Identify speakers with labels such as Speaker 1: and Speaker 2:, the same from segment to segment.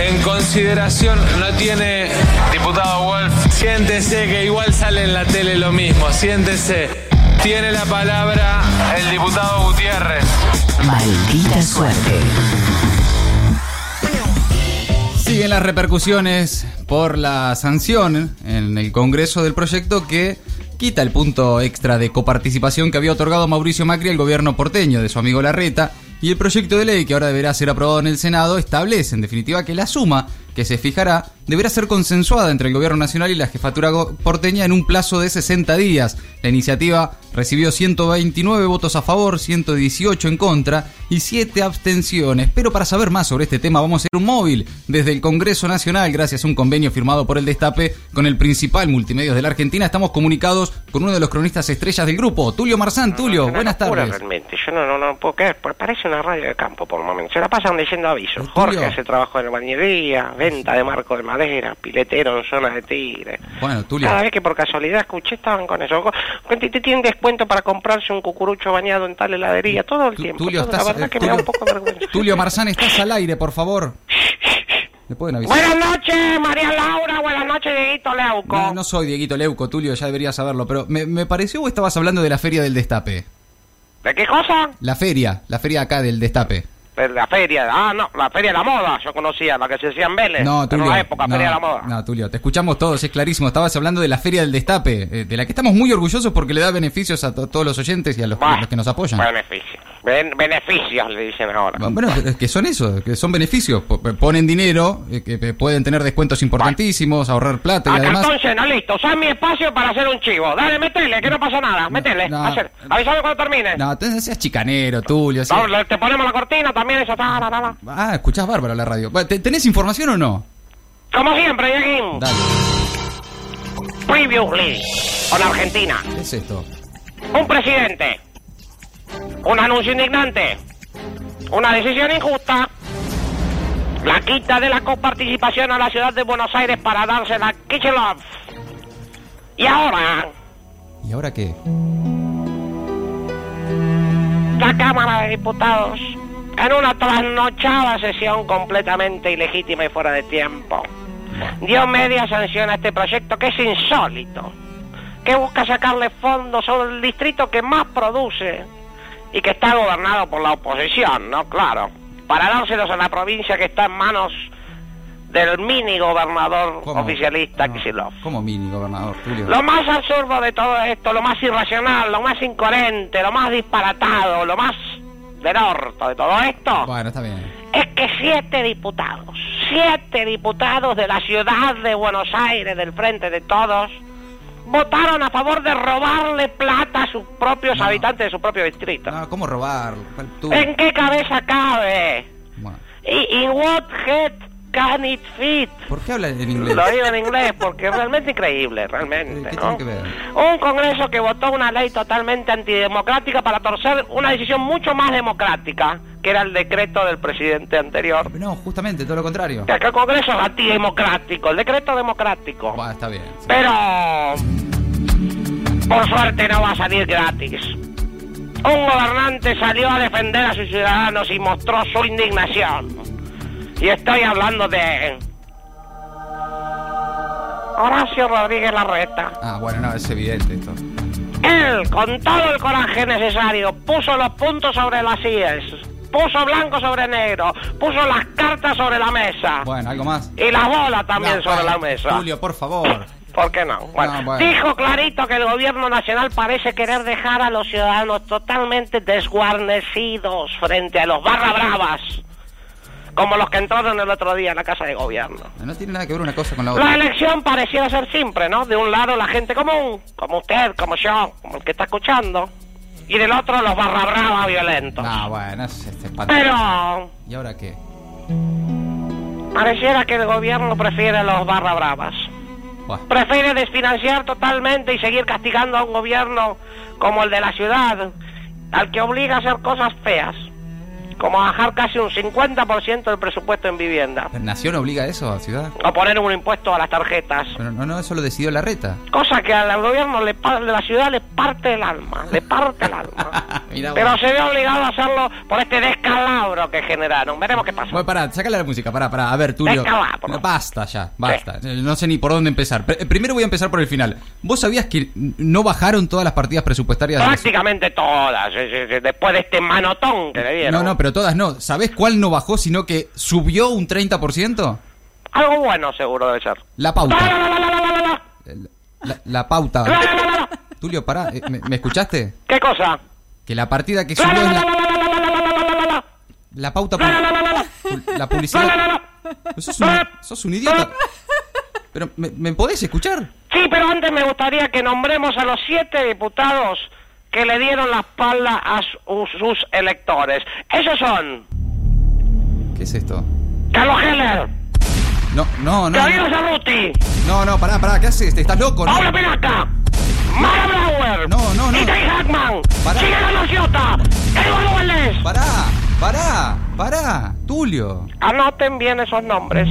Speaker 1: en consideración no tiene, diputado Wolf, siéntese que igual sale en la tele lo mismo, siéntese. Tiene la palabra el diputado Gutiérrez.
Speaker 2: Maldita suerte.
Speaker 3: Siguen las repercusiones por la sanción en el Congreso del proyecto que quita el punto extra de coparticipación que había otorgado Mauricio Macri al gobierno porteño de su amigo Larreta y el proyecto de ley que ahora deberá ser aprobado en el Senado establece en definitiva que la suma que se fijará deberá ser consensuada entre el gobierno nacional y la jefatura go- porteña en un plazo de 60 días. La iniciativa recibió 129 votos a favor, 118 en contra y 7 abstenciones. Pero para saber más sobre este tema vamos a hacer un móvil desde el Congreso Nacional gracias a un convenio firmado por el Destape con el principal multimedios de la Argentina. Estamos comunicados con uno de los cronistas estrellas del grupo, Tulio Marzán. Tulio,
Speaker 4: Es una
Speaker 3: buenas
Speaker 4: locura,
Speaker 3: tardes.
Speaker 4: Realmente, yo no, no, no puedo creer. pa- Parece una radio de campo por momentos. Se la pasan leyendo avisos.
Speaker 3: Julio.
Speaker 4: Jorge hace trabajo en albañilería, venta de marco de madera, piletero en zona de tigre.
Speaker 3: Bueno, Tulio.
Speaker 4: Cada vez que por casualidad escuché estaban con eso. Co- con- Te, te tienen descuento para comprarse un cucurucho bañado en tal heladería todo el
Speaker 3: Tu-
Speaker 4: tiempo.
Speaker 3: Tulio,
Speaker 4: Todo-
Speaker 3: estás-
Speaker 4: la verdad
Speaker 3: eh,
Speaker 4: que me da
Speaker 3: Tulio-
Speaker 4: un poco de vergüenza.
Speaker 3: Tulio Marzán, estás al aire, por favor. ¿Le pueden avisar?
Speaker 4: Buenas noches, María Laura. Buenas noches, Dieguito Leuco.
Speaker 3: No, no soy Dieguito Leuco, Tulio, ya deberías saberlo, pero me, me pareció vos estabas hablando de la feria del destape.
Speaker 4: ¿De qué cosa?
Speaker 3: La feria, la feria acá del destape.
Speaker 4: De la feria. Ah, no, la feria de la moda. Yo conocía la que se hacía en Vélez.
Speaker 3: No,
Speaker 4: en
Speaker 3: Tulio.
Speaker 4: una época,
Speaker 3: no,
Speaker 4: feria de la moda.
Speaker 3: no, Tulio, te escuchamos todos, es clarísimo. Estabas hablando de la feria del destape, eh, de la que estamos muy orgullosos porque le da beneficios a to- todos los oyentes y a los,
Speaker 4: Bah,
Speaker 3: los que nos apoyan.
Speaker 4: Beneficios. Ben- beneficios, le dicen ahora.
Speaker 3: Bueno, es que son eso, que son beneficios. Po- Ponen dinero, eh, que eh, pueden tener descuentos importantísimo, ahorrar plata y
Speaker 4: Acá
Speaker 3: además.
Speaker 4: entonces, no, listo. Usa mi espacio para hacer un chivo. Dale, metele, que no pasa nada. metele.
Speaker 3: no.
Speaker 4: hacer. Avísame cuando termine.
Speaker 3: No, entonces seas chicanero, Tulio. seas-
Speaker 4: Vamos, le- te ponemos la cortina también, eso. ta, ta, ta, ta.
Speaker 3: Ah, escuchás bárbaro la radio. Va, ¿te- ¿Tenés información o no?
Speaker 4: Como siempre, Dieguín.
Speaker 3: Dale,
Speaker 4: Previously, con Argentina.
Speaker 3: ¿qué es esto?
Speaker 4: Un presidente. Un anuncio indignante. Una decisión injusta. La quita de la coparticipación a la ciudad de Buenos Aires para darse la Kitchenov. Y ahora,
Speaker 3: ¿Y ahora qué?
Speaker 4: La Cámara de Diputados, en una trasnochada sesión completamente ilegítima y fuera de tiempo, dio media sanción a este proyecto que es insólito, que busca sacarle fondos sobre el distrito que más produce y que está gobernado por la oposición, ¿no? Claro, para dárselos a la provincia que está en manos del mini gobernador
Speaker 3: ¿Cómo? Ah,
Speaker 4: oficialista
Speaker 3: No,
Speaker 4: Kicillof.
Speaker 3: ¿Cómo mini, gobernador Tulio?
Speaker 4: Lo más absurdo de todo esto, lo más irracional, lo más incoherente, lo más disparatado, lo más del orto de todo esto,
Speaker 3: Bueno, está bien.
Speaker 4: es que siete diputados, siete diputados de la ciudad de Buenos Aires, del Frente de Todos, votaron a favor de robarle plata a sus propios
Speaker 3: No.
Speaker 4: habitantes de su propio distrito.
Speaker 3: No, ¿cómo robar? ¿Cuál tú?
Speaker 4: ¿En qué cabeza cabe?
Speaker 3: Bueno,
Speaker 4: ¿Y, y what head can it fit?
Speaker 3: ¿Por qué hablan en inglés?
Speaker 4: Lo digo en inglés porque es realmente increíble, realmente.
Speaker 3: ¿Qué tiene
Speaker 4: ¿no?
Speaker 3: que ver?
Speaker 4: Un Congreso que votó una ley totalmente antidemocrática para torcer una decisión mucho más democrática, que era el decreto del presidente anterior.
Speaker 3: No, justamente, todo lo contrario.
Speaker 4: Que el Congreso es antidemocrático, el decreto democrático.
Speaker 3: Bueno, está bien. sí.
Speaker 4: Pero, por suerte no va a salir gratis. Un gobernante salió a defender a sus ciudadanos y mostró su indignación. Y estoy hablando de... Horacio Rodríguez Larreta.
Speaker 3: Ah, bueno, no, es evidente esto.
Speaker 4: Él, con todo el coraje necesario, puso los puntos sobre las sillas, puso blanco sobre negro, puso las cartas sobre la mesa
Speaker 3: Bueno, ¿algo más?
Speaker 4: y las bolas también
Speaker 3: No,
Speaker 4: sobre
Speaker 3: bueno,
Speaker 4: la mesa.
Speaker 3: Tulio, por favor.
Speaker 4: ¿Por qué no? Bueno,
Speaker 3: No, bueno.
Speaker 4: Dijo clarito que el gobierno nacional parece querer dejar a los ciudadanos totalmente desguarnecidos frente a los barra bravas, como los que entraron el otro día a la casa de gobierno.
Speaker 3: No tiene nada que ver una cosa con la
Speaker 4: La
Speaker 3: otra.
Speaker 4: elección pareciera ser simple, ¿no? De un lado la gente común, como usted, como yo, como el que está escuchando, y del otro los barra brava violentos.
Speaker 3: Ah, bueno, es este espantoso.
Speaker 4: Pero
Speaker 3: ¿Y ahora qué?
Speaker 4: pareciera que el gobierno prefiere a los barra bravas.
Speaker 3: Buah,
Speaker 4: Prefiere desfinanciar totalmente y seguir castigando a un gobierno como el de la ciudad, al que obliga a hacer cosas feas. como bajar casi un 50% del presupuesto en vivienda.
Speaker 3: ¿La nación obliga a eso a Ciudad?
Speaker 4: O poner un impuesto a las tarjetas.
Speaker 3: Pero no, no, eso lo decidió la reta.
Speaker 4: Cosa que al gobierno le par- de la ciudad le parte el alma, le parte el alma.
Speaker 3: Mirá vos.
Speaker 4: Pero se ve obligado a hacerlo por este descalabro que generaron. Veremos qué pasa.
Speaker 3: Bueno, pará, sácale la música, pará, pará. A ver, Tulio.
Speaker 4: Venga, va, por favor.
Speaker 3: Basta ya, basta. No sé ni por dónde empezar. Pr- primero voy a empezar por el final. ¿Vos sabías que no bajaron todas las partidas presupuestarias?
Speaker 4: Ah,
Speaker 3: de la-
Speaker 4: Prácticamente todas, eh, eh, eh, después de este manotón que le
Speaker 3: No,
Speaker 4: dieron.
Speaker 3: no, pero todas no. ¿Sabés cuál no bajó, sino que subió un 30%?
Speaker 4: Algo bueno seguro debe ser.
Speaker 3: La
Speaker 4: La,
Speaker 3: pauta.
Speaker 4: la, la, la, la, la, la.
Speaker 3: La, la pauta.
Speaker 4: La, la, la, la.
Speaker 3: Tulio, pará, eh, ¿me, me escuchaste?
Speaker 4: ¿Qué cosa?
Speaker 3: Que la partida que
Speaker 4: La,
Speaker 3: subió
Speaker 4: la,
Speaker 3: es
Speaker 4: la,
Speaker 3: la,
Speaker 4: la, la, la, la, la, la, la, la.
Speaker 3: la pauta.
Speaker 4: La, la, la, la, la, la.
Speaker 3: pub- La
Speaker 4: La, la, la,
Speaker 3: publicidad.
Speaker 4: la.
Speaker 3: Sos un,
Speaker 4: Ah.
Speaker 3: sos un idiota. Pero, ¿me, me podés escuchar?
Speaker 4: Sí, pero antes me gustaría que nombremos a los siete diputados que le dieron la espalda a su- sus electores. Esos son
Speaker 3: ¿Qué es esto?
Speaker 4: Carlos Heller,
Speaker 3: No, no, no.
Speaker 4: Gabriel
Speaker 3: No,
Speaker 4: Cerruti,
Speaker 3: no, no, pará, pará, ¿qué haces? ¿Estás loco? No,
Speaker 4: Paula Pinaca, Mara Brauer,
Speaker 3: No, no, no.
Speaker 4: Itay Hackman,
Speaker 3: Pará.
Speaker 4: Silvia Nociota, Eduardo Vélez.
Speaker 3: pará, pará, pará, Tulio.
Speaker 4: Anoten bien esos nombres.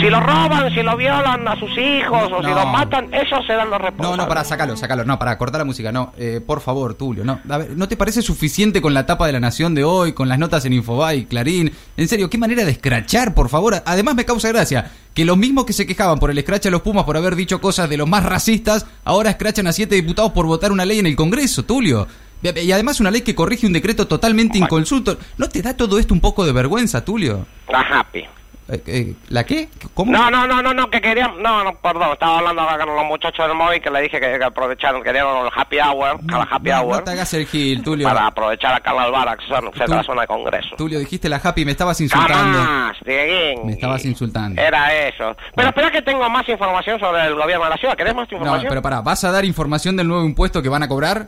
Speaker 4: Si los roban, si los violan a sus hijos o si
Speaker 3: No.
Speaker 4: los matan, esos serán los
Speaker 3: No,
Speaker 4: responsables.
Speaker 3: no, pará, sacalo, sacalo. No, pará, cortá la música. No, eh, por favor, Tulio. No, a ver, ¿no te parece suficiente con la tapa de La Nación de hoy, con las notas en Infobay, Clarín? En serio, qué manera de escrachar, por favor. Además me causa gracia que los mismos que se quejaban por el escrache a los Pumas por haber dicho cosas de los más racistas, ahora escrachan a siete diputados por votar una ley en el Congreso, Tulio. Y y además una ley que corrige un decreto totalmente inconsulto. ¿No te da todo esto un poco de vergüenza, Tulio?
Speaker 4: La Happy.
Speaker 3: Eh, eh, ¿La qué? ¿Cómo?
Speaker 4: No, no, no, no, no, que querían, no, no, perdón, estaba hablando acá con los muchachos del móvil que le dije que, que aprovecharon, querían el happy hour, a la happy
Speaker 3: No,
Speaker 4: hour,
Speaker 3: no te hagas el gil, Tulio.
Speaker 4: para aprovechar acá la Alvara, que son- cerca de la
Speaker 3: Tú-
Speaker 4: zona de congreso.
Speaker 3: Tulio, dijiste la happy, me estabas insultando.
Speaker 4: Jamás, Dieguín.
Speaker 3: Me estabas insultando.
Speaker 4: Era eso. Pero espera que tengo más información sobre el gobierno de la ciudad, ¿querés más
Speaker 3: No,
Speaker 4: información?
Speaker 3: pero pará, ¿vas a dar información del nuevo impuesto que van a cobrar?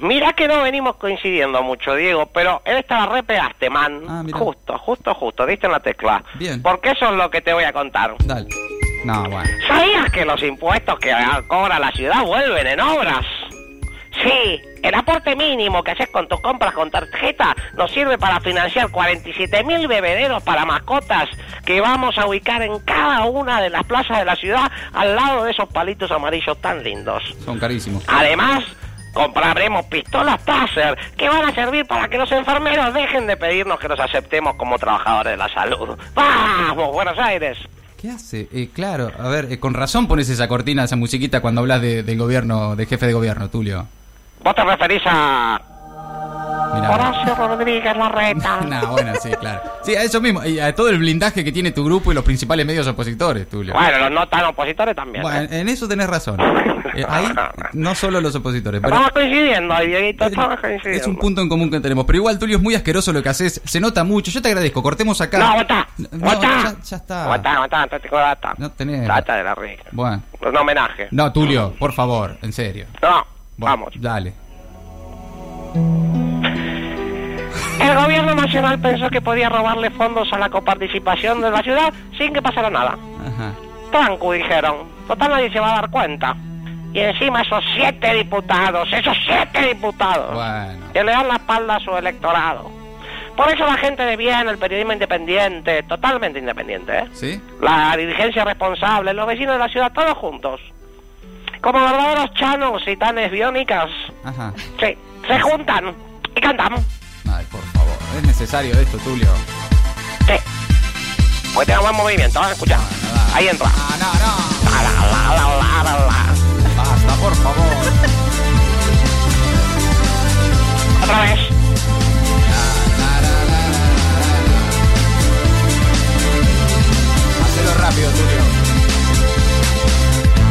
Speaker 4: Mirá que no venimos coincidiendo mucho, Diego, pero él estaba re pegaste, man.
Speaker 3: Ah, mirá.
Speaker 4: justo, justo, justo, diste en la tecla.
Speaker 3: Bien.
Speaker 4: Porque eso es lo que te voy a contar.
Speaker 3: Dale. No, bueno.
Speaker 4: ¿Sabías que los impuestos que ah, cobra la ciudad vuelven en obras? Sí, el aporte mínimo que haces con tus compras con tarjeta nos sirve para financiar 47.000 bebederos para mascotas que vamos a ubicar en cada una de las plazas de la ciudad al lado de esos palitos amarillos tan lindos.
Speaker 3: Son carísimos.
Speaker 4: Además, compraremos pistolas Taser que van a servir para que los enfermeros dejen de pedirnos que los aceptemos como trabajadores de la salud. ¡Vamos, Buenos Aires!
Speaker 3: ¿Qué hace? Eh, claro, a ver, eh, con razón pones esa cortina, esa musiquita cuando hablas de- del gobierno, del jefe de gobierno, Tulio.
Speaker 4: ¿Vos te referís a
Speaker 3: Mira.
Speaker 4: Horacio Rodríguez Larreta.
Speaker 3: No, bueno, sí, claro. Sí, a eso mismo, y a todo el blindaje que tiene tu grupo y los principales medios opositores, Tulio.
Speaker 4: Bueno, los no tan opositores también. ¿eh?
Speaker 3: Bueno, en eso tenés razón. Eh, ahí no solo los opositores, pero
Speaker 4: estamos coincidiendo, Dieguito, estamos coincidiendo.
Speaker 3: es un punto en común que tenemos. Pero igual, Tulio, es muy asqueroso lo que haces. Se nota mucho. Yo te agradezco. Cortemos acá.
Speaker 4: No, aguantá,
Speaker 3: No, ya,
Speaker 4: aguantá.
Speaker 3: ya está.
Speaker 4: Aguantá, aguantá, no te data.
Speaker 3: No tenés-
Speaker 4: Data de la rica.
Speaker 3: Bueno.
Speaker 4: Un homenaje.
Speaker 3: No, Tulio, por favor, en serio.
Speaker 4: No,
Speaker 3: Bueno,
Speaker 4: vamos.
Speaker 3: Dale.
Speaker 4: El gobierno nacional pensó que podía robarle fondos a la coparticipación de la ciudad sin que pasara nada.
Speaker 3: Ajá.
Speaker 4: Tranco, dijeron. Total nadie se va a dar cuenta. Y encima esos siete diputados, esos siete diputados,
Speaker 3: Bueno.
Speaker 4: que le dan la espalda a su electorado. Por eso la gente de bien, el periodismo independiente, totalmente independiente, ¿eh?
Speaker 3: ¿Sí?
Speaker 4: la dirigencia responsable, los vecinos de la ciudad, todos juntos. Como verdaderos chanos y tanes biónicas,
Speaker 3: Ajá.
Speaker 4: sí, se juntan y cantan.
Speaker 3: Ay, por favor. Es necesario esto, Tulio.
Speaker 4: Sí. Porque tenga buen movimiento, ¿eh? escucha. Ahí entra.
Speaker 3: Ah, no,
Speaker 4: La, la, la, la, la, la.
Speaker 3: no. Basta, por favor.
Speaker 4: Otra vez.
Speaker 3: Hacelo rápido, Tulio.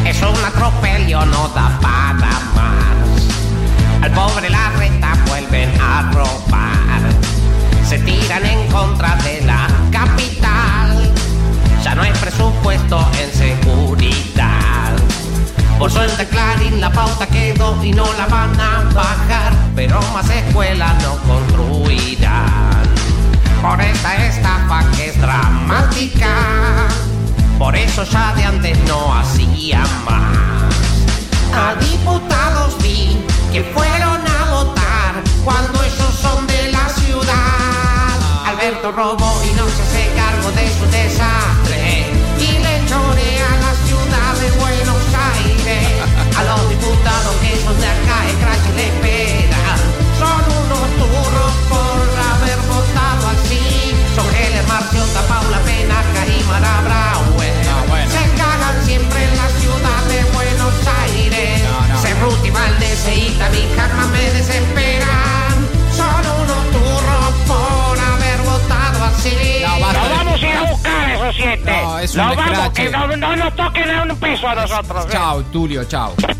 Speaker 5: Es un atropello, no da para más. Al pobre la reta vuelven a robar. Se tiran en contra de la capital. Ya no hay presupuesto en seguridad. Por suerte Clarín la pauta quedó y no la van a bajar. Pero más escuelas no construirán. Por esta estafa que es dramática. Por eso ya de antes no hacía más. A diputados vi que fueron a votar cuando ellos son de la barato robo y no se hace cargo de su desastre. Y le chorea a la ciudad de Buenos Aires, a los diputados que son de acá, el crash le espera. Son unos turros por haber votado así. Son Heller, Marciota, Paula Penaca y Mara Brauer.
Speaker 6: No, bueno.
Speaker 5: Se cagan siempre en la ciudad de Buenos Aires.
Speaker 6: No, no.
Speaker 5: Cerruti, Valdés e Itamijama me desesperan. Son unos turros por haber votado así.
Speaker 6: No, basta.
Speaker 4: Lo vamos a ir a buscar esos siete.
Speaker 3: No, es un
Speaker 4: Lo vamos,
Speaker 3: escrache.
Speaker 4: que no, no nos toquen a un peso a nosotros. ¿eh?
Speaker 3: Chao, Tulio, chao.